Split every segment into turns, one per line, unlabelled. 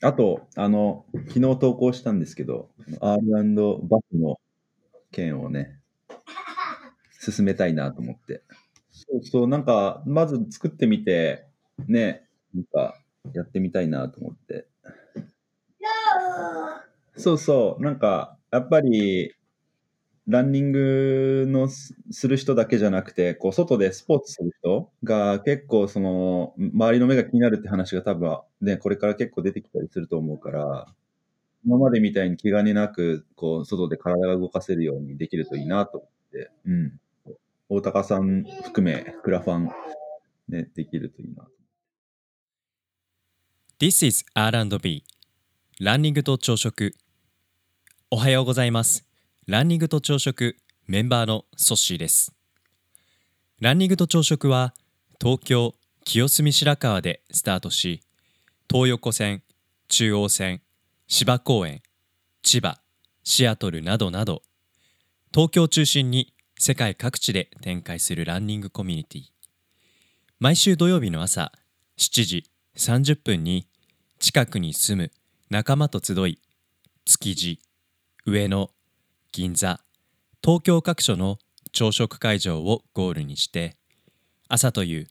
あと、あの、昨日投稿したんですけど、R& バフの件をね、進めたいなと思って。そうそう、なんか、まず作ってみて、ね、なんか、やってみたいなと思って。そうそう、なんか、やっぱり、ランニングのすする人だけじゃなくて、こう、外でスポーツする人が結構、その、周りの目が気になるって話が多分、ね、これから結構出てきたりすると思うから、今までみたいに気兼ねなく、こう、外で体が動かせるようにできるといいなと思って、うん。大高さん含め、クラファン、ね、できるといいな。
This is R&B ランニングと朝食おはようございますランニングと朝食メンバーのソッシーですランニングと朝食は東京清澄白河でスタートし東横線中央線芝公園千葉シアトルなどなど東京を中心に世界各地で展開するランニングコミュニティ毎週土曜日の朝7時30分に近くに住む仲間と集い築地上野銀座東京各所の朝食会場をゴールにして朝という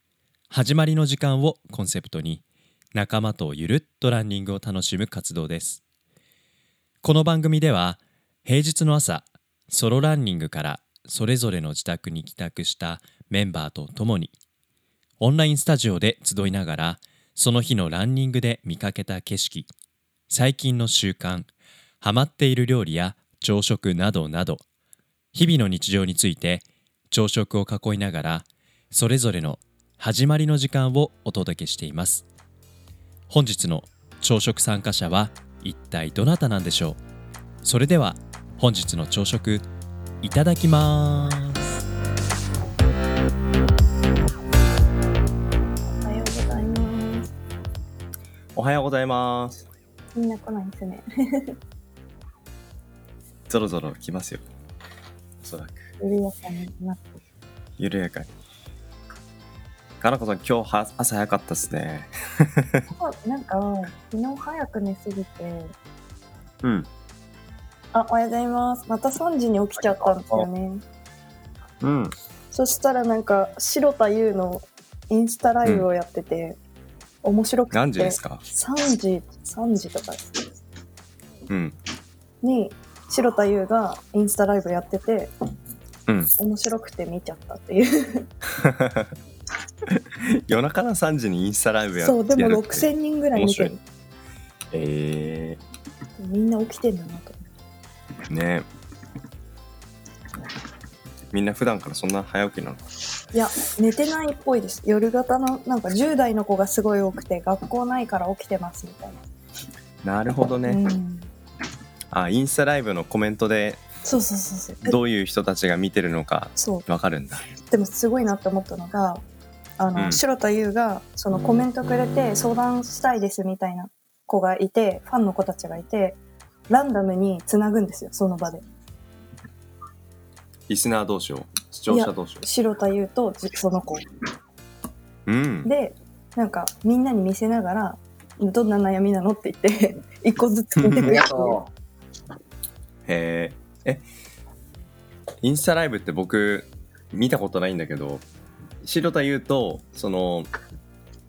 始まりの時間をコンセプトに仲間とゆるっとランニングを楽しむ活動ですこの番組では平日の朝ソロランニングからそれぞれの自宅に帰宅したメンバーと共にオンラインスタジオで集いながらその日のランニングで見かけた景色最近の習慣ハマっている料理や朝食などなど日々の日常について朝食を囲いながらそれぞれの始まりの時間をお届けしています本日の朝食参加者は一体どなたなんでしょうそれでは本日の朝食いただきます
おはようございます。
お
み
はようございます。
んな来ないですね。
ぞろぞろ来ますよ。おそらく。
緩やかになって。
緩やかに。かなこさん、今日は朝早かったですね。
そうなんか、昨日早く寝すぎて、
うん。
あ、おはようございます。また3時に起きちゃったんですよね。
うん。
そしたらなんか、白田優のインスタライブをやってて、面白くて。
何時ですか
?3 時、3時とかです
うん。
に、白田優がインスタライブやってて、
うん。
面白くて見ちゃったっていう。
夜中の3時にインスタライブや
そう、で
やる
も
って
6000人ぐらい見てる
面。え
みんな起きてんだなと思って。
ー、ねみんな普段からそんな早起きなの
いや、寝てないっぽいです。夜型の、なんか10代の子がすごい多くて、学校ないから起きてますみたい
なるほどね。
な。うん。
あ、インスタライブのコメントで
そうそうそうそう。
どういう人たちが見てるのか
そ
わかるんだ。
う。でもすごいなって思ったのが、あの、
うん
白田優が、そのコメントくれて、相談したいですみたいな子がいて、ファンの子たちがいて、ランダムに繋ぐんですよ、その場で。
リスナー同士を、視聴者同士を。
白田優とじその子。
うん。
で、なんか、みんなに見せながら、どんな悩みなのって言って、 一個ずつ聞いてくれる。
へえ。え、インスタライブって僕、見たことないんだけど、白田優と、その、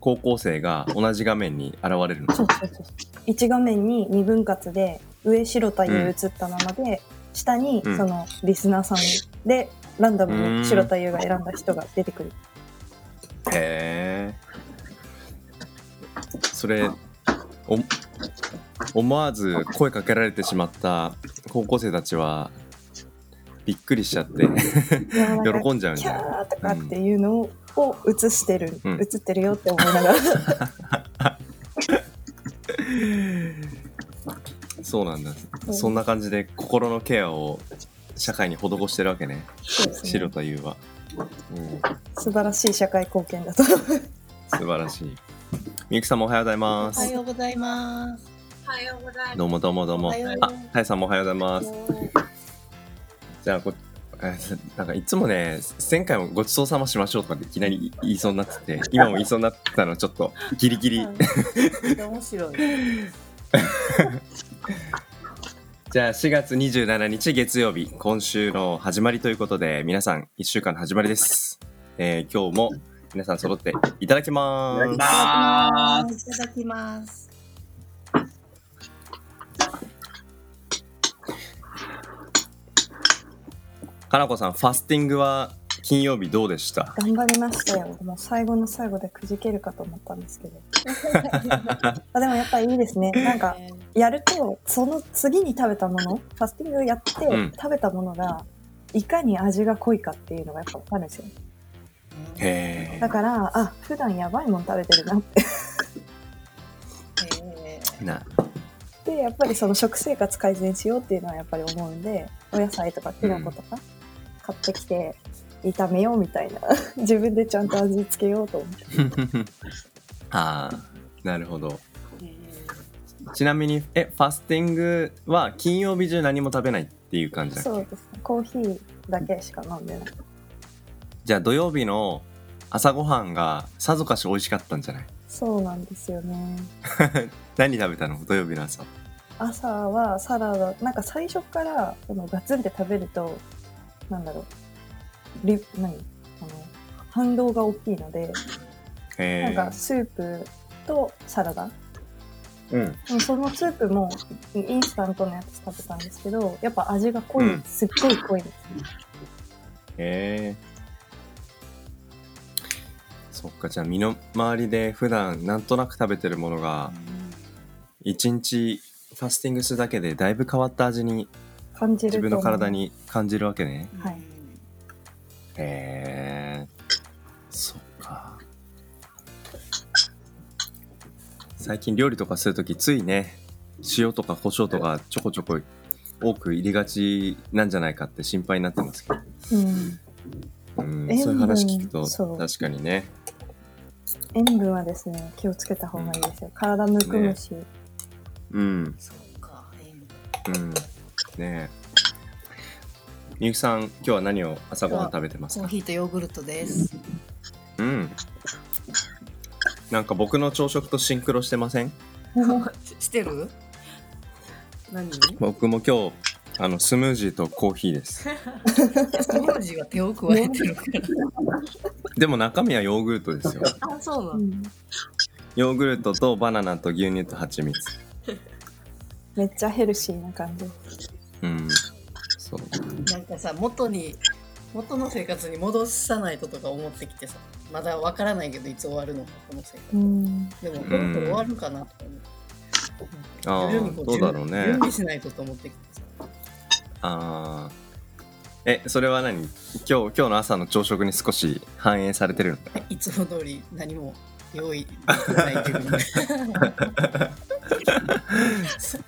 高校生が同じ画面に現れるの。
そうそうそう1画面に2分割で上白田優映ったままで、下に
うん
そのリスナーさんでランダムに白田優が選んだ人が出てくる
へえ。それ、お思わず声かけられてしまった高校生たちは、びっくりしちゃって、喜んじゃうん
キ
じゃない
ャーとかっていうのを映してる、
うん
映ってるよって思い ながら
そうなんだ、
うん
そんな感じで心のケアを社会に施してるわけね
そうですね
白田優は、うん、
素晴らしい社会貢献だと
素晴らしいみゆきさんもおはようございま
おは
す
ようございます。
おはようございま
どうもどうもどう
お
も
はよう
あたいさんもおはようございますじゃあこえなんかいつもね前回もごちそうさましましょうとかっていきなり言いそうに なってて今も言いそうになったのちょっとギリギリ
めっちゃ面白い。
じゃあ4月27日月曜日今週の始まりということで皆さん1週間の始まりです、えー今日も皆さん揃っていただきま
い
す
ただき
あ
いただきます。
かなこさんファスティングは金曜日どう でした
頑張りましたよ。もう最後の最後でくじけるかと思ったんですけど。あでもやっぱりいいですね。なんか、やると、その次に食べたもの、ファスティングをやって
うん
食べたものが、いかに味が濃いかっていうのがやっぱわかるんですよ。
へ
だから、あ、普段やばいもん食べてるなって。
え
えな
で、やっぱりその食生活改善しようっていうのはやっぱり思うんで、お野菜とかきのことか買ってきて炒めようみたいな。 自分でちゃんと味付けようと思って。
あーなるほど
ー
ちなみにえファスティングは金曜日中何も食べないっていう感じだっけ
そうですね。コーヒーだけしか飲んでない。
じゃあ土曜日の朝ごはんがさぞかし美味しかったんじゃない
そうなんですよね。
何食べたの土曜日の朝
朝はサラダ、なんか最初からそのガツンって食べると、なんだろう、リ何あの反動が大きいので、な
へ
んかスープとサラダ。
えうん
でもそのスープもインスタントのやつ食べたんですけど、やっぱ味が濃い、
うん
すっごい濃いです。
へえそっかじゃあ身の回りで普段なんとなく食べてるものが一日ファスティングするだけでだいぶ変わった味に
感じると
自分の
思う
体。に感じるわけね
はい
へえそっか最近料理とかするときついね塩とか胡椒とかちょこちょこ多く入れがちなんじゃないかって心配になってますけど、
うん。
うん、
塩分
そういう話聞くと
そう
確かにね
塩分はですね、気をつけた方がいいですよ。体むくむし、
うん
そうか。塩分
うんねえみゆきさん今日は何を朝ごはん食べてます
コー
か
ヒーとヨーグルトです。
うんなんか僕の朝食とシンクロしてません
してる？何？ス
僕も今日あのスムージーとコーヒーです
ムージーは手を加えてるから。
でも中身はヨーグルトですよ
あ、そうな
う
の。
ん
ヨーグルトとバナナと牛乳と蜂蜜
めっちゃヘルシーな感じ。
うんそう
なんかさ、元に元の生活に戻さないととか思ってきてさ、まだわからないけどいつ終わるのかこの生活。
うん。
でもこの子終わるかなとか思って。
あ
徐々にこ
あどうだろう
準
ね
備しないとと思ってきてさ。
ああえそれは何今日今日の朝の朝食に少し反映されてるの
いつも通り何も用意でき てない自分で
そっかそっ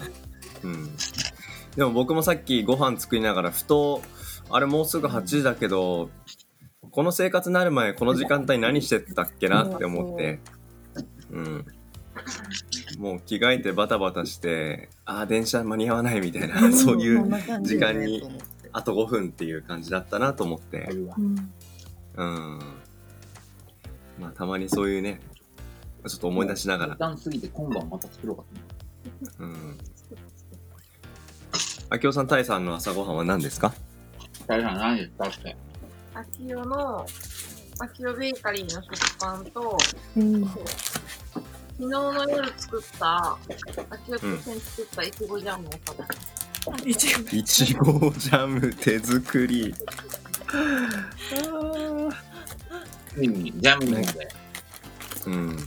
か。うん。でも僕もさっきご飯作りながらふと、あれもうすぐ8時だけど、この生活になる前この時間帯何してたっけなって思って。うん。もう着替えてバタバタして、ああ、電車間に合わないみたいな、そうい
こん
う、
な感じだねと思って
あと5分っていう感じだったなと思って。
うん
うん。まあたまにそういうね、ちょっと思い出しながら
時。間過ぎて今晩また作ろうかと思って
うん。あきおさん、たいさんの朝ごはんは何で すか
大丈夫何ですかって。
アキオの、アキオベーカリーの食パンと、
うん。
昨日の夜作った、アキオと一緒に作ったいちごジャムを食べた。
一応
いちごジャム手作り。
ついにジャム飲んで、
うん。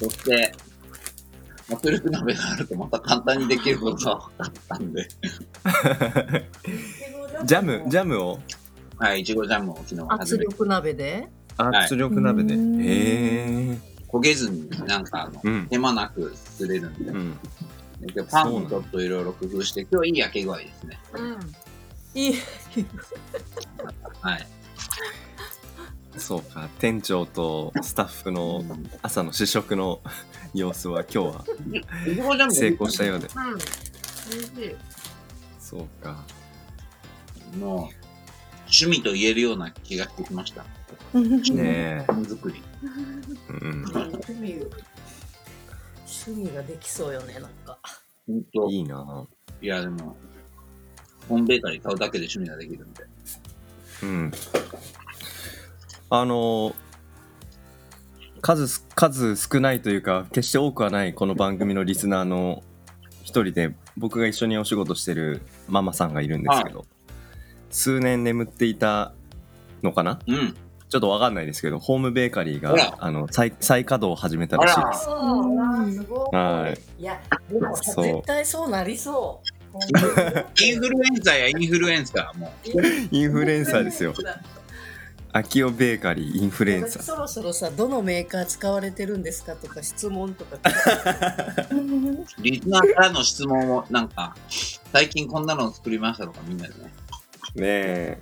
そして、圧力鍋があるとまた簡単にできることが分かったんで、
ジャム、ジャムを
はい、いちごジャムを昨日
圧
初めて
力鍋で
はい
圧力鍋で。
うん
へえ。
焦げずになんかあの、
うん。
手間なく作れるんで
う、ん。
で今日パンもちょっといろいろ工夫して、今日いい焼け具合ですね。
うん。
いい
はい。
そうか。店長とスタッフの
うん
朝の試食の様子は今日はい
ちごジャム
成功したようで。
うん。美味しい。
そうか。
もう、趣味と言えるような気がしてきました。
うん
ねえ
パン作り。。
うん。
趣味を趣味ができそうよね、なんか。
本当
いいない
や、でも、本ベーカリー買うだけで趣味ができるんで。
うん。あの、数す、数少ないというか、決して多くはないこの番組のリスナーの一人で、僕が一緒にお仕事してるママさんがいるんですけど、数年眠っていたのかな
うん。
ちょっとわかんないですけど、ホームベーカリー
あ
が
ら、
あの、再、再稼働を始めた
あ
らしい
ら、
そうなんすごい。
はい
や、でも
そう
絶対そうなりそう。本
インフルエンサーやインフルエンサーも
い。インフルエンサーですよ。秋代ベーカリーインフル
当
エ
に
ンサー。
そろそろさ、どのメーカー使われてるんですかとか質問とか。
う、リスナーからの質問を、なんか、最近こんなの作りましたとかみんなでね。
ねえ。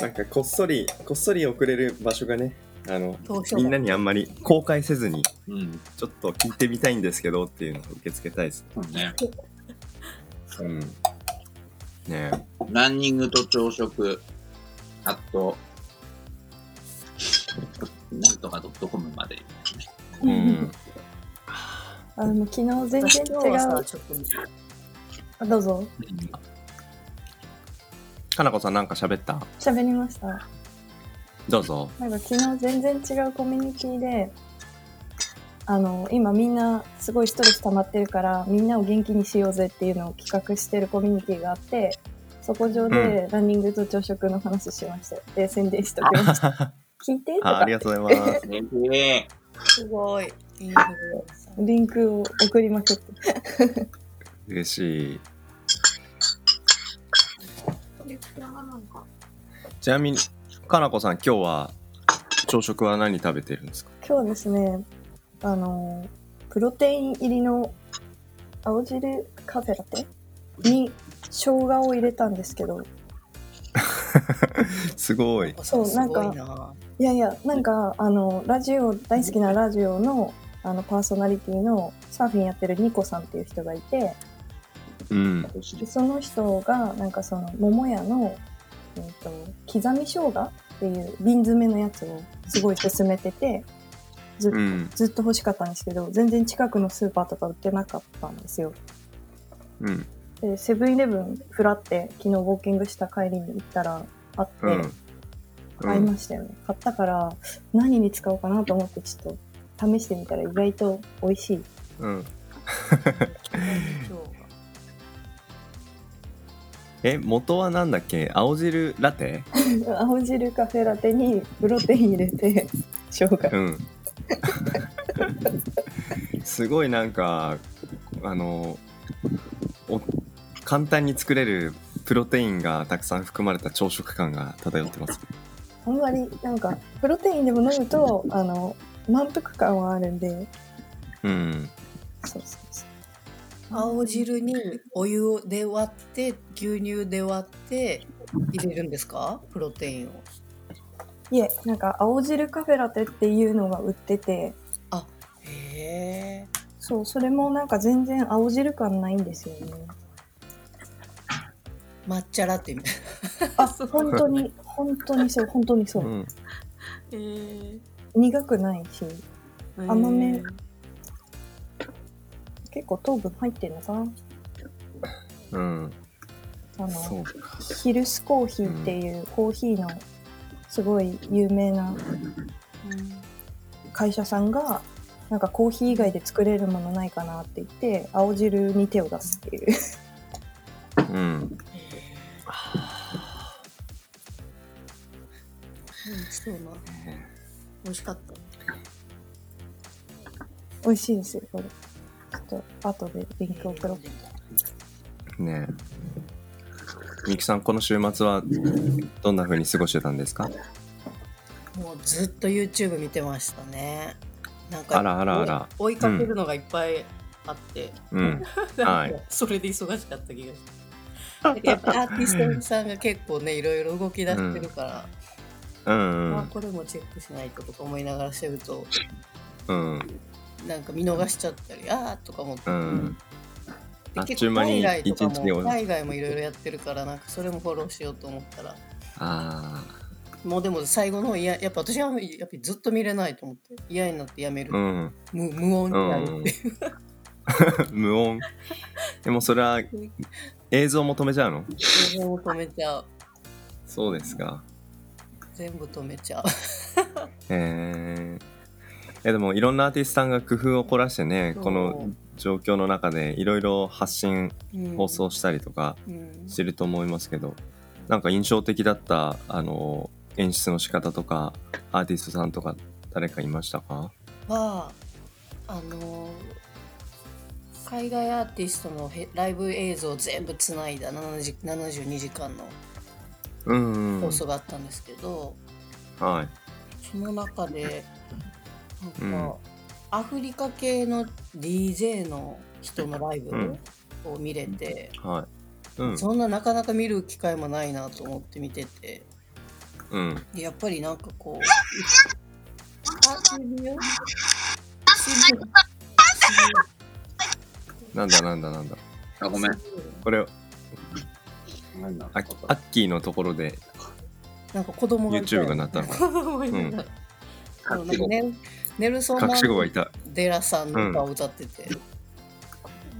なんか、こっそり、こっそり送れる場所がね、あの、
投票
みんなにあんまり公開せずに、
うん。
ちょっと聞いてみたいんですけどっていうのを受け付けたいです。
そうね。
うん。ねえ。
ランニングと朝食、あと、なんとかドットコムまで。
うん。
あの昨日全
私
然
今日は
違
さ、
う
ちょっと
あどうぞ
かなこさんなんか喋った
喋りました
どう ぞ。
なんか昨日全然違うコミュニティで、あの、今みんなすごいストレス溜まってるから、みんなを元気にしようぜっていうのを企画してるコミュニティがあって、そこ上でランニングと朝食の話しましたよ。で、宣伝しときました。聞いてと
ああ
か
り、がとうございます。
ねえ
すごい。インフルエンサー
リンクを送りまくって。
嬉しい。
リスナーなんか
ちなみに、かなこさん、今日は朝食は何食べてるんですか
今日ですね、あの、プロテイン入りの青汁カフェラテに生姜を入れたんですけど、
すごい。
そう
すごいない
やいや、なんか、あの、ラジオ、大好きなラジオの、あの、パーソナリティのサーフィンやってるニコさんっていう人がいて、
うん。
でその人が、なんかその、桃屋の、えっ、と、刻み生姜っていう瓶詰めのやつをすごい勧めてて、ず,、
うん。
ずっと欲しかったんですけど、全然近くのスーパーとか売ってなかったんですよ。
うん。
で、セブンイレブンふらって、昨日ウォーキングした帰りに行ったら、あって、
うん。
買いましたよね、買ったから何に使おうかなと思ってちょっと試してみたら意外と美味しい
うん。
今日は
え、元はなんだっけ青汁ラテ
青汁カフェラテにプロテイン入れて 生姜
うん。すごいなんか、あの、お簡単に作れるプロテインがたくさん含まれた朝食感が漂ってます。
あんまりなんかプロテインでも飲むとあの満腹感はあるんで
うん。
そうそうそう
青汁にお湯で割って、牛乳で割って入れるんですかプロテインを。
いえなんか青汁カフェラテっていうのが売ってて
へえ。
そうそれもなんか全然青汁感ないんですよね
抹茶ラテみたい
あ本当に本当にそう本当にそうう、
ん。
苦くないし
な。
甘め結構糖分入ってるのかな
うん。
あの
そうか。
ヒルスコーヒーっていうコーヒーのすごい有名な会社さんがなんかコーヒー以外で作れるものないかなって言って青汁に手を出すっていう
うん。
うんそうな。美味しかった。
美味しいですよこれちょっと後でリンク送ろう
ねえ。みきさん、この週末はどんな風に過ごしてたんですか
もうずっと YouTube 見てましたね。なんか
あらあらあら。
追い追いかけるのがいっぱいあって、
うん。
な
は
ん
い
かそれで忙しかった気がして。やっぱアーティストさんが結構ねいろいろ動き出してるか
う
ら、
んう
まあ、
ん。
これもチェックしないととか思いながらしてると
うん。
なんか見逃しちゃったりあーとか思って、
うん。あっ
で
ちゅ
結
う
構
間に
海外
一
と
日
か
で終
も
わる。
海外もいろいろやってるからなんかそれもフォローしようと思ったら
ああ。
もうでも最後の方いややっぱ私はやっぱりずっと見れないと思って嫌になってやめる、
うん。
無無音になる、
うん 無音でもそれは映像も止めちゃうの
全部止めちゃう
そうですか
全部止めちゃう
えー、えでもいろんなアーティストさんが工夫を凝らしてね
そう
この状況の中でいろいろ発信
うん
放送したりとか
うん
してると思いますけどなんか印象的だったあの演出の仕方とかアーティストさんとか誰かいましたか
はあの海外アーティストのへライブ映像を全部つないだ70 72時間の
うんうん、
放送があったんですけど、
はい
その中で
う
なんか、
ん
アフリカ系の DJ の人のライ
うん
ブを見れて、
はいうん
そんななかなか見る機会もないなと思って見てて
うん
でやっぱりなんかこう。あ CBO CBO
なんだなんだなんだ
あ、ごめん。
これ
なんだ
アッアッキーのところで
なんか子供がいた
YouTube がなったのか
子供がいた
うん
あのなんかネネルソン・マ
隠し子がい
ン
た
デラさんの歌を歌ってて、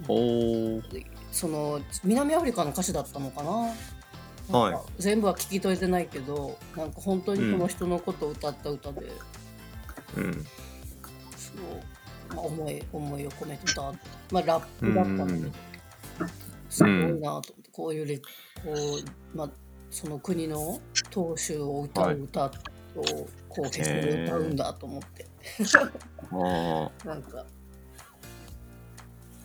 おお
その南アフリカの歌手だったのかな
はい
なんか全部は聞き取れてないけどなんか本当にこの人のことを歌った歌で、
うん
そう、まあ、思い思いを込めて歌うまあ、ラップだったの
う
で
ん
すごいなと思ってこういうれこう、まあ、その国の党首を歌う歌をこうフェスで歌うんだと思って。
あ
なんか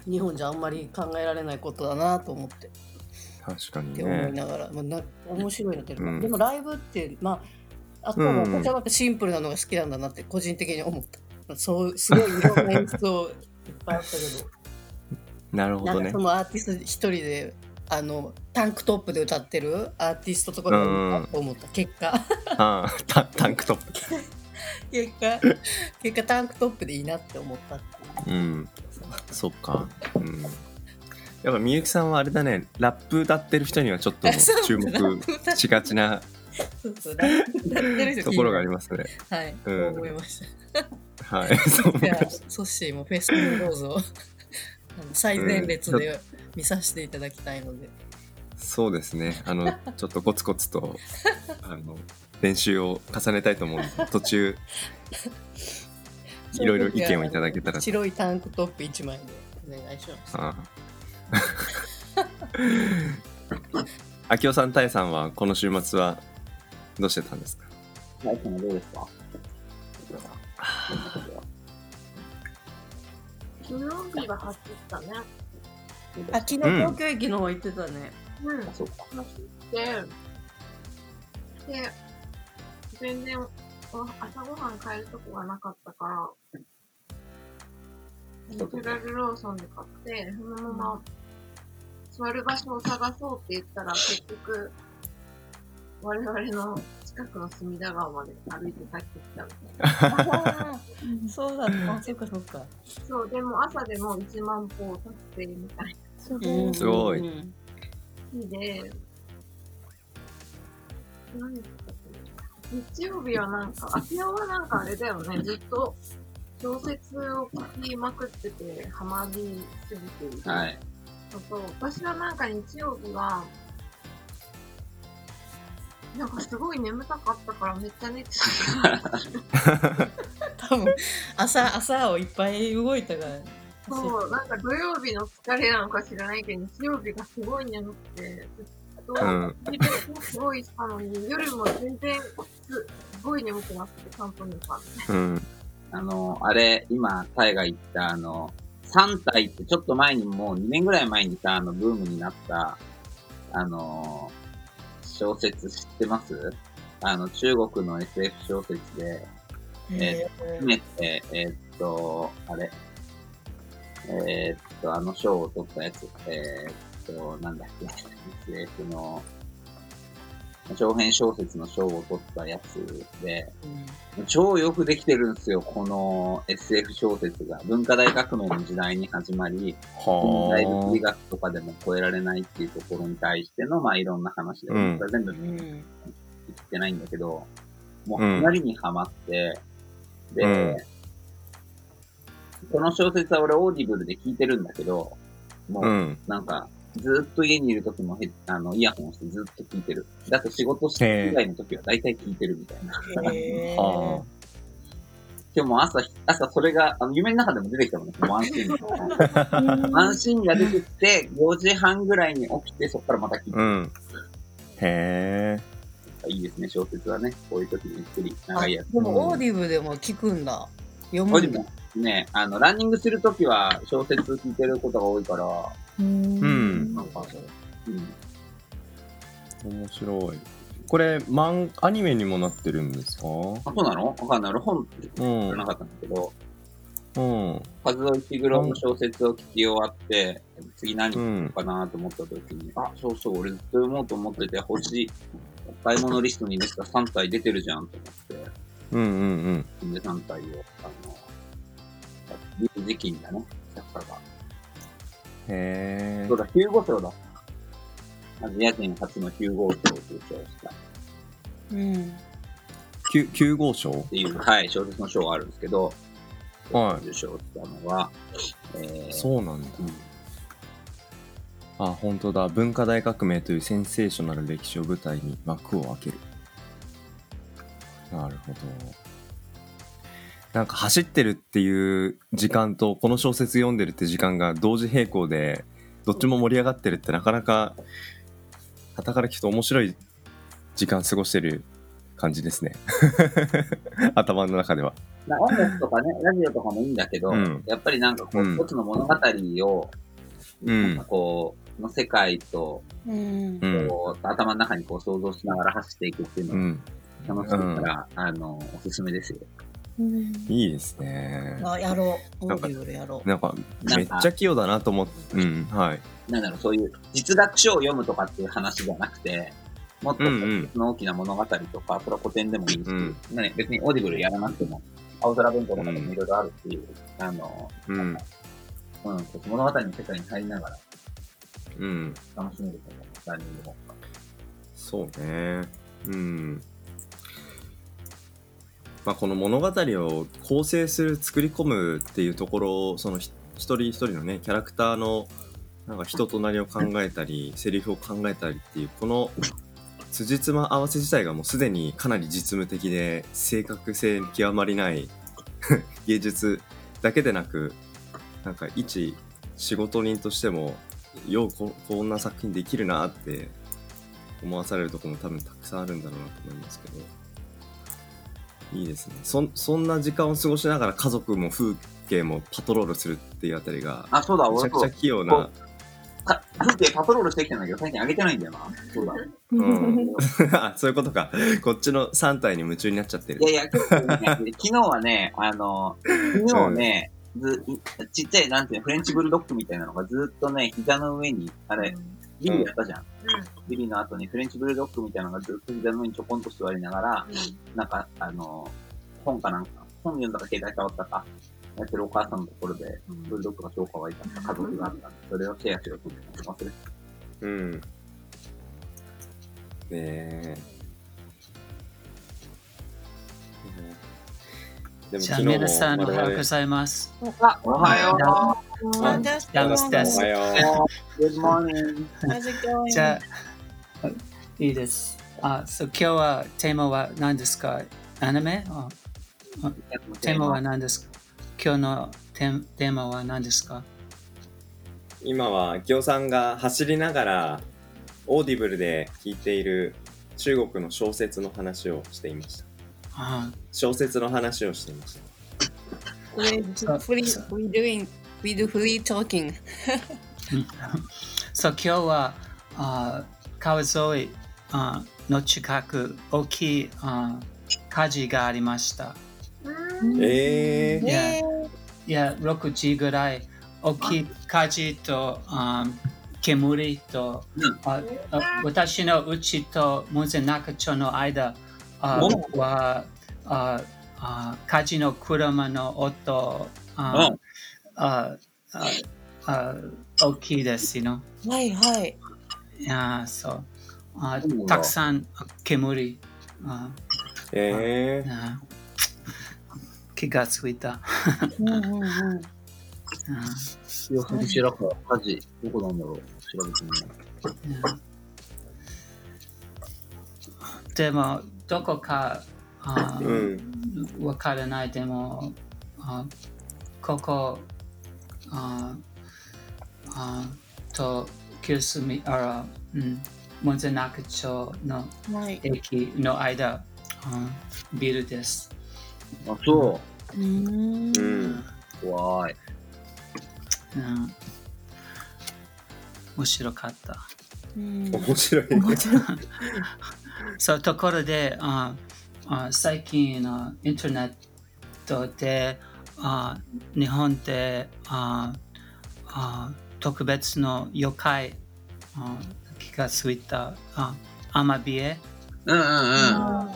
日本じゃあんまり考えられないことだなと思ってっ
ー確かに
て思い
ね
ながら、まあ、な面白いのっていうか、
うん
でもライブってまああとは
うん
私はなんかシンプルなのが好きなんだなって個人的に思った、そうすごいいろんな演出をいっぱいあったけ
なるほ
どな
ど
んか
ね
そのアーティスト一人であのタンクトップで歌ってるアーティストとかがいるなと思った、結果
あータタンクトッ
結果結果タンクトップでいいなって思ったっていう
プうんそっかうんやっぱみゆきさんはあれだねラップ歌ってる人にはちょっと
そう
注
ラッ
目
プ歌っ
しがちな
そうそうラップ歌ってる人聞いて
ところがありますね
はい、
うん
そう思いました。
はいそう思
じ
い
ゃ
ま
あ
し、
ソッシーもフェスにどう ぞ、あの最前列で見させていただきたいので、
たそうですねあのちょっとコツコツ とあの練習を重ねたいと思うんで途中いろいろ意見をいただけたらと
白いタンクトップ1枚でお願いします。
あ あ明夫さん、たえさんはこの週末はどうしてたんですか
大さんはどうですか
土曜日は走ったね。
あ、昨日
うん
東京駅の方行ってたね。
うん。
あ、そうか。
走って、で、全然お朝ごはん買えるとこがなかったから、ナチュラルローソンで買って、そのまま座る場所を探そうって言ったら、結局、我々の近くの隅田川まで歩いて帰ってきたみたいな。
あーそうだった、あそっかそっか。
そう、でも朝でも1万歩を達成みたい
すご
う
い
ん
すごい
うん
な日で、何だったっけ日曜日はなんか、秋葉はなんかあれだよね、ずっと小説を書きまくってて、ハマりすぎている。
はい。
そうそう私はなんか日曜日は、なんかすごい眠たかったからめっちゃ寝てた。
多分朝、朝をいっぱい動いたから。
そう、なんか土曜日の疲れなのか知らないけど、日曜日がすごい眠くて、ずっと
うん
昼もすごいしたのに、夜も全然すすごい眠くなって、ちゃんと寝た。
うん。
あの、あれ、今、タイが言った、あの、3体ってちょっと前にもう2年ぐらい前にさ、あの、ブームになった、あの、小説知ってますあの、中国の SF 小説で、
え
初めて、えーっと、あれ、えーっと、あの賞を取ったやつ、えーっと、なんだっけ、SF の、長編小説の賞を取ったやつで、超よくできてるんですよ、この SF 小説が。文化大革命の時代に始まり、大
は
物理学とかでも超えられないっていうところに対しての、まあいろんな話で、
うん
これ全部
うん
言ってないんだけど、もうかなりにハマって、で、
うん
この小説は俺オーディブルで聞いてるんだけど、もう
う、ん。
なんか、ずっと家にいる時もヘッあの、イヤホンしてずっと聞いてる。だって仕事してる以外の時は大体聞いてるみたいな。
へー
あ
今日も朝、朝それが、あの、夢の中でも出てきたもんね、このワンシーンが。ワンシーンが出てきて、5時半ぐらいに起きて、そこからまた聞いて
あ。うん。へえ。
いいですね、小説はね。こういう時にゆっくり長いやつ。
でも、オーディブでも聞くんだ。読
文
む
字
んだ
も。ね、あの、ランニングするときは小説聞いてることが多いから、
うん
うん。
なんかそう
うん。
面白い。これ、漫、アニメにもなってるんですか
あ、そうなのわかんない。俺本って
うん
知らなかったんだけど、
うん。
カズオイチグロの小説を聞き終わって、次何
う
か
ん。
なと思ったときに、あ、そうそう、俺ずっと読もうと思ってて、星、お買い物リストにレスが3体出てるじゃんと思って、
うんうん
そんで3体を、あの、リーズ・ジキンだね、作家が。
うん。へ
そうだ、ヒューゴ賞だ。アジア人初のヒューゴ賞を受賞したっ
うん。
え。9号賞
ていう、はい、小説の賞があるんですけど、
はい
受賞したのは、えー、
そうなんだ。
うん。
あ、本当だ。文化大革命というセンセーショナル歴史を舞台に幕を開ける。なるほど。なんか走ってるっていう時間とこの小説読んでるって時間が同時並行でどっちも盛り上がってるってなかなか傍から聞くと面白い時間過ごしてる感じですね 頭の中では
まあ音楽とかね、ラジオとかもいいんだけど、
うん
やっぱりなんかこう、
うん
一つの物語を、
うん
なんかこう、の世界と、
うん
う。ん
こう、頭の中にこう想像しながら走っていくっていう
う
の
ん
が楽しいから、あの、おすすめですよ。
うん
いいですね
あ、やろう。オ
なん
ー
か
ディブルやろう。
なんかめっちゃ器用だなと思ってうんはい
なんだろう、そういう実学書を読むとかっていう話じゃなくて、もっと
うんうん
その大きな物語とか、それは古典でもいいし、
うん
ね、別にオーディブルやらなくても、青空文庫とかでもいろいろあるし、あの、
うん
うん、物語の世界に入りながら
うん
楽しめると思う、ランニングも。
そうね。うん。まあ、この物語を構成する、作り込むっていうところを、そのひ一人一人のね、キャラクターの、なんか人となりを考えたり、セリフを考えたりっていう、この、辻褄合わせ自体がもうすでにかなり実務的で、正確性極まりない 芸術だけでなく、なんか一仕事人としても、ようここんな作品できるなって思わされるところも多分たくさんあるんだろうなと思いますけどいいですねそんそんな時間を過ごしながら家族も風景もパトロールするっていうあたりが
あ、そうだ、
めちゃ
俺
く
そ
ちゃ
う
器用な
か風景パトロールしてきたんだけど、最近あげてないんだよな。そうだ。
うん、 あそういうことかこっちの3体に夢中になっちゃってる
いやいや、結構ね、昨日はね、あの、昨日ね、ずちっちゃい、なんていうの、フレンチブルドッグみたいなのがずっとね、膝の上に、あれ、ビリやったじゃん。ビリの後にフレンチブルドッグみたいなのがずっと膝の上にちょこんと座りながら、なんか、あの、本かなんか、本読んだか携帯触ったか、やってるお母さんのところで、ブルドッグが超可愛かった家族があったんで、それをシェアしようと思って忘れて
うんねえでも
チャンネルさん、お
我
は
々
ようございます。
た。おはよ
あです
ダウンスター
おは
ス。
よう
う !Good morning!
じゃあ、いいです。あ、そう、今日はテーマは何ですかアニメあテーマは何ですか今日のテーテーマは何ですか
今は明夫さんが走りながらオーディブルで聞いている中国の小説の話をしていました
あ
小説の話をしていました
We do free, we doing, we do free talking.
そう、今日はあ川沿いあの近く大きいあ火事がありました。
え
い
ー、
や、いや6時ぐらい大きい火事とあ煙と
うん
ああ私の家と門前仲町の間あ
お
はああ火事の車の音
う
あ
ん
あああ大きいですよ。
はいはい。
いやそうあ
そうなんだ
たくさん煙あ
ええ
あ気がついた。
うんうん うん。
うん
よく白川、火事、どこなんだろう調べてみよ
でも、どこかあ
う
ー
ん。
わからない。でも、あここ、ああと、清澄、あら、うん、門前仲町の
はい。
駅の間、うんビルです。
う。あ、そう
ーん
う。
うん
ん。
う。怖い。
うん面白かった。
うん
面白い。
面白い。
そうところでああ最近あインターネットであ日本でああ特別の妖怪あ気がついたあアマビエ
うんうんうん。
あ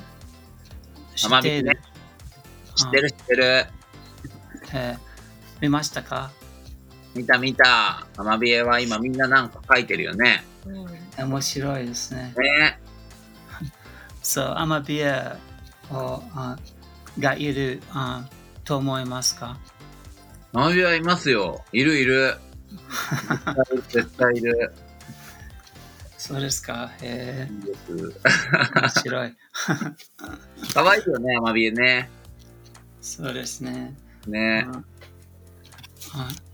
知
アマ
っ
ビ
て
エ
い
ね
る
知ってる知ってる。
あえー見ましたか
見た見た。アマビエは今みんななんか書いてるよね。
うん。
面白いですね。
ね。
そうアマビエをあがいるあと思いますか
アマビエはいますよ。いるい る。絶対いる。
そうですか、え
いいです。
ー、面白い。
可愛いよね、アマビエね。
そうですね。
ね。
はい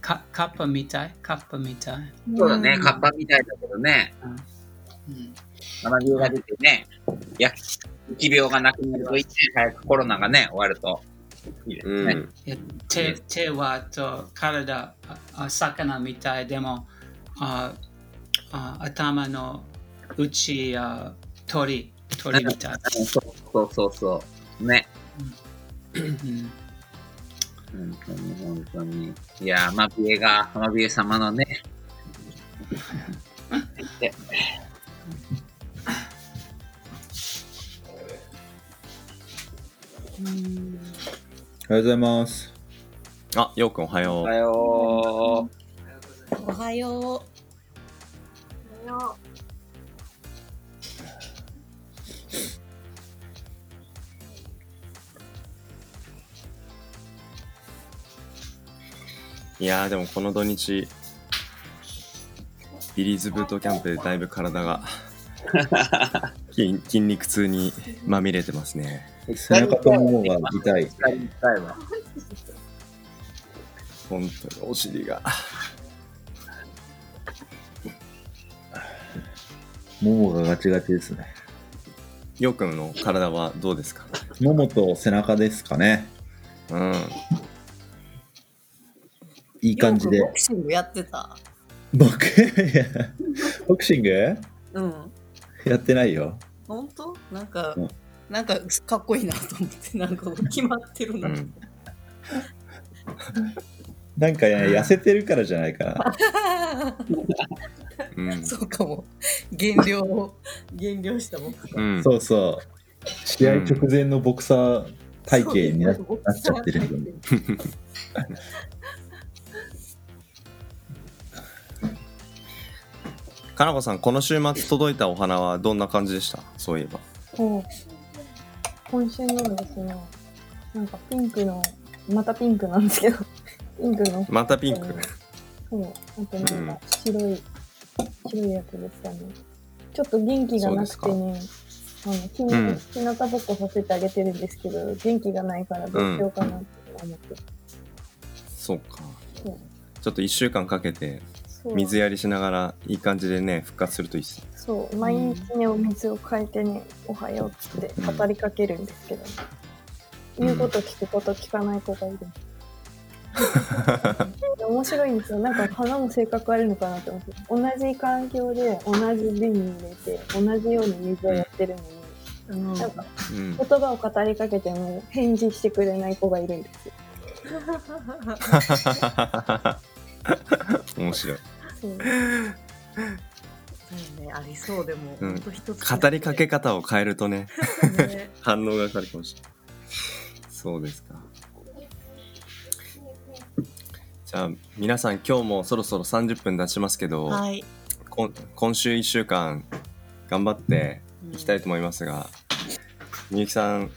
カカッパみたいカッパみたい、
そうだね。カッパみたいだけどね。
うん
アマビエが出てね。いや、疫病がなくなるといいね。早くコロナがね、終わると。いいです
う
ね。
ん。
え手手はと体ああ魚みたいでもああ頭の内や鳥鳥みたい、
うんそうそうそうそう。ね。
うん
本当に本当に。いやー、アマビエが、アマビエ様のね。で
がとうございます。
あ、ようくんおはよ
お
う。
はよ
おはよ。
おはよ
いやーでもこの土日ビリーズブートキャンプでだいぶ 体が筋筋肉痛にまみれてますね
う。
背中とももが痛い。
痛い痛いわ。
本当にお尻が
ももがガチガチですね。
ようくんの体はどうですか
ももと背中ですかね。
うん
いいう感じで
よくボ。クシングやってた。
僕、いや ボクシング
うん。
やってないよ。
本当なんか
うん、
なんかかっこいいなと思って、なんか決まってる
う
な。
ん
なんか、ね、痩せてるからじゃないかな。
うん
そうかも。減量を、減量したもん。
うん
そうそう。試合直前のボクサー体型になっ
そう
なっちゃってるんだよね。
かなこさんこの週末届いたお花はどんな感じでしたそういえば
お今週のですね、なんかピンクの、またピンクなんですけど、 ピンクの、
またピンク
そう、あとなんか白い、白いやつでしたね。ちょっと元気がなくてね、あの日
う
向
ん
日向ぼっこさせてあげてるんですけど、元気がないからどうしようかなって思って。
そうか
そう
ちょっと1週間かけて
そう
水やりしながらいい感じでね復活するといいっす
そう毎日ねお水を変えてね「おはよう」っつって語りかけるんですけど、
うん
言うこと聞くこと聞かない子がい る、面白いんですよなんか花も性格あるのかなって思って同じ環境で同じ瓶に入れて同じように水をやってるのに、
うん
なんか
うん
言葉を語りかけても返事してくれない子がいるんですよ
面白い
そう
ね、ありそうでも、
うん
ほんと一つ
語りかけ方を変えるとね
ね
反応が変わるかもしれないそうですかじゃあ皆さん今日もそろそろ30分経ちますけど、
はい、
こん今週1週間頑張って
うん
いきたいと思いますが、みゆきさん、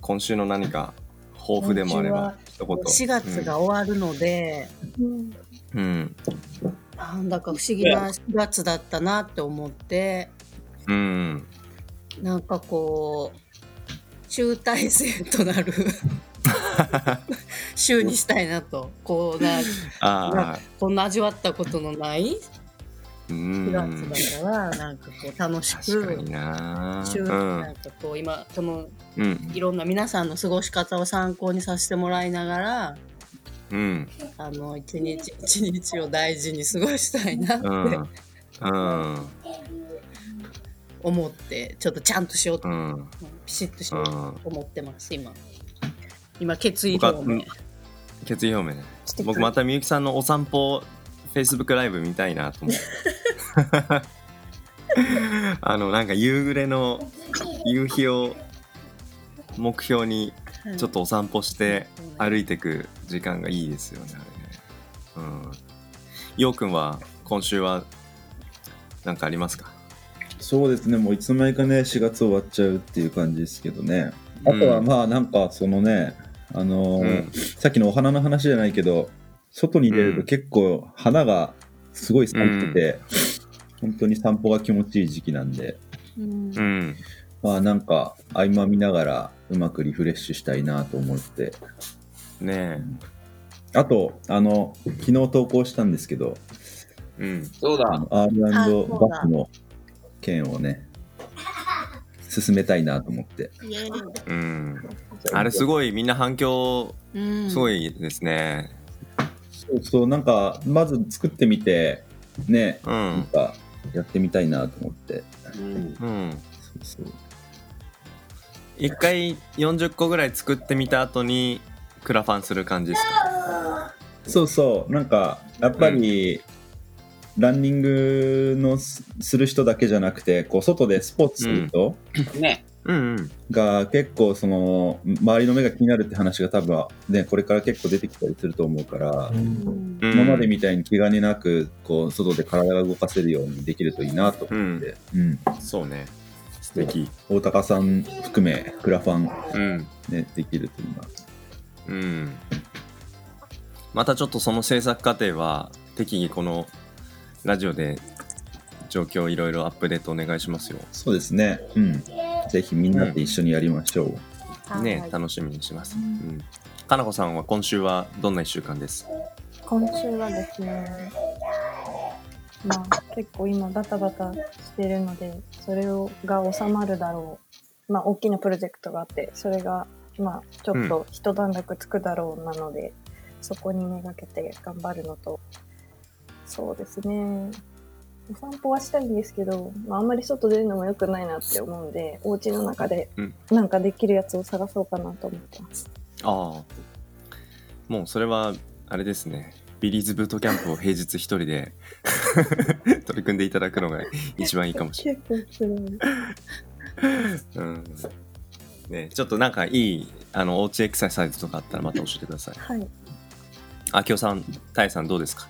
今週の何か抱負でもあれば、一言。
4月が終わるので、
うん
うん。
なんだか不思議な4月だったなって思って、
うん。うん。
なんかこう、集大成とな る週にしたいなと、こうな、
ああ。
こんな味わったことのない
うん
4月だから、なんかこう楽し
確か
く
に、な
週
うん
なんかこう今、その
うん
いろんな皆さんの過ごし方を参考にさせてもらいながら、
うん
あの、一日一日を大事に過ごしたいなって
うんうん
思って、ちょっとちゃんとしようと
う、ん
ピシッとし
う
ようと
ん
思ってます、今。今、決意表明。
決意表明ね
してく
僕またみゆきさんのお散歩 Facebook ライブ見たいなと思ってあのなんか夕暮れの夕日を目標にちょっとお散歩して歩いてく時間がいいですよねあれねうんようくんは今週は何かありますか
そうですね、もういつの間にかね、4月終わっちゃうっていう感じですけどね。あとは
うん
まあ、なんかそのね、あのー
うん
さっきのお花の話じゃないけど、外に出る
う
と
ん
結構花がすごい咲いてて、本当に散歩が気持ちいい時期なんで、
うん
うん
まあなんか合間見ながらうまくリフレッシュしたいなと思って。
ね
あと、あの、昨日投稿したんですけど、
えうん
そう
あ
だ。
の R&
あ
バ
そうだ
スの件をね、進めたいなと思って。
イエーイ。
うんあれすごいみんな反響
うん
すごいですね。
そうそう、なんか、まず作ってみて、ね、
う
なん
ん。
か、やってみたいなと思って。
うん。
うん。
そうそう
一回40個ぐらい作ってみた後にクラファンする感じですか。
そうそうなんか、やっぱり、ランニングのすする人だけじゃなくて、こう、外でスポーツする人
ね。
うんうん。
が結構、その、周りの目が気になるって話が多分、ね、これから結構出てきたりすると思うから、
うん
うん
今までみたいに気兼ねなく、こう、外で体が動かせるようにできるといいなと思って、うん。
そうね。素敵。
大高さん含め、クラファン、
うん。
ね、できるといいな。
うん。またちょっとその制作過程は適宜このラジオで状況いろいろアップデートお願いしますよ。
そうですね。うん。ぜひみんなで一緒にやりましょう。
ね楽しみにします。うん。かなこさんは今週はどんな1週間です
今週はですね、まあ結構今バタバタしてるので、それをが収まるだろう。まあ大きなプロジェクトがあって、それがまあちょっと一段落つくだろうなので、そこにめがけて頑張るのと、そうですね。お散歩はしたいんですけど、まあ、あんまり外出るのも良くないなって思うんで、お家の中で
うん
なんかできるやつを探そうかなと思ってます。
ああもうそれはあれですねビリーズブートキャンプを平日一人で 取り組んでいただくのが一番いいかもしれ
結構すごい。
ない、 うんね、ちょっとなんかいいあのおうちエクササイズとかあったらまた教えてください
はい。
あきおさんたいさんどうですか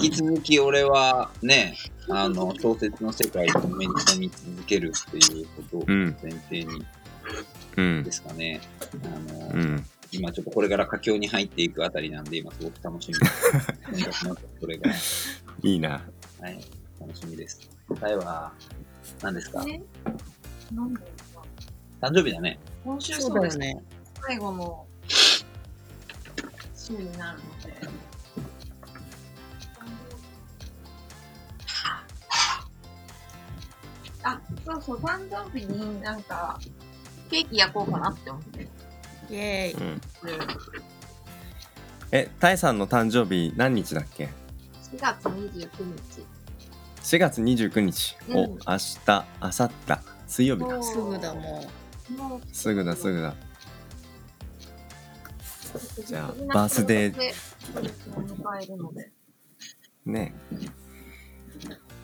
引き続き俺はね、あの、小説の世界に目に込み続けるっていうことを
うん
前提に
うん
ですかね。あの、
うん
今ちょっとこれから佳境に入っていくあたりなんで、今すごく楽しみです。とにかくなんかそれが、
いいな
はい、楽しみです。答えは、何ですか
ねなんだろうな
誕生日だね。
今週
そ
そうう
だ
で
よ
す
ね。
最後の週になるので。あ、そうそう、誕生日になんか、ケーキ焼こうかなって思って。
イェーイ
う。ん
うん4
えたいさんの誕生日何日だっけ
月29日。
4月29日、
うん
お明日明後日水曜日だ
もう
すぐだも
もう
すぐだすぐだじゃあ
みんな
バースデー
そうですね迎えるので。
ね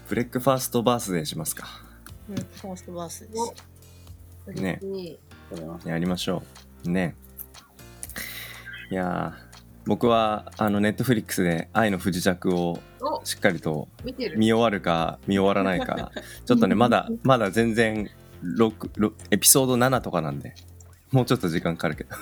ブレックファーストバースデーしますか
う。うん、ファーストバースです
お。
ね
嬉しい
これは。
やりましょうねいやー僕はあのネットフリックスで「愛の不時着」を
お
しっかりと
見てる。
見終わるか見終わらないかちょっとねまだまだ全然六六エピソード7とかなんでもうちょっと時間かかるけど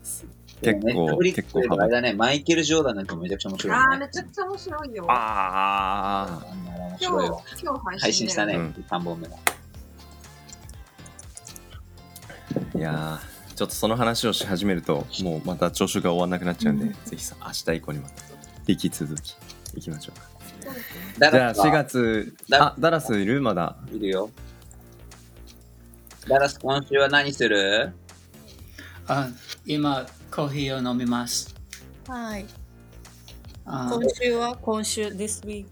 結
でもね
構結構
ネットフリックスといえばあれだね、マイケル・ジョーダンなんかもめちゃくちゃ面白いよ
あー、
ね。
めちゃくちゃ面白いよ。
あ
あんなの面
今
白い
日
わ。、
今日配信
配信したね、
う
三
ん
3本目だ。
あいやーちょっとその話をし始めるともうまた聴取が終わんなくなっちゃうんで、ぜひさ明日以降にまた引き続きいきましょうか
そうですね
ダ
じゃ
ラ
あ
スは
4月
ダラス
あダラスいるまだ
いるよ。ダラス、今週は何する
あ今、コーヒーを飲みます。
はい。
あ
今週は今週、this week。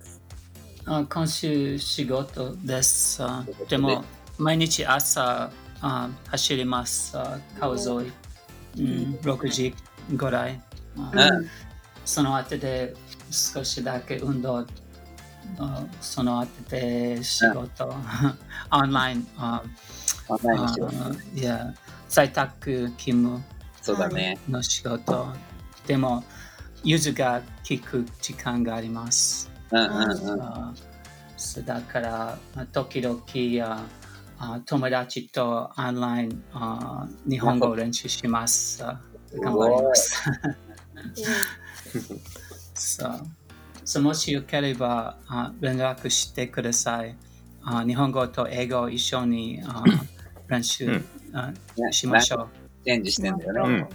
あ今週仕事です。あでも、毎日朝あ走ります。あ川沿い、うん、6時ぐらい。あ
うん
その後で少しだけ運動、あその後で仕事、オンライン、あ
あ何にしよう
あいや在宅勤務
そうだね。
の仕事。でも、ゆずが聞く時間があります。
うんうんうん。
あそうだからあ時々ああ友達とオンラインあ日本語を練習します。あ頑張ります。そうそうもしよければあ連絡してください。あ日本語と英語を一緒にあ練習、
うん
あ
ね
しましょ
チェンジしてんだよ
う
ね。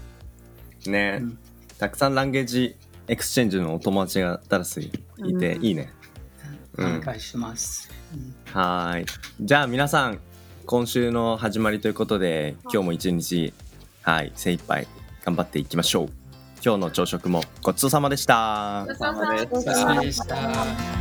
んね、
うん
たくさんランゲージエクスチェンジのお友達がダラスいていいね、
う。
う
お
ん
願いします。うん
はーい。じゃあ皆さん、今週の始まりということで、今日も一日、はい、精一杯頑張っていきましょう。今日の朝食もごちそうさまでした。
ごちそうさまで
お疲れ様で
し
したた。
お疲れ様でした。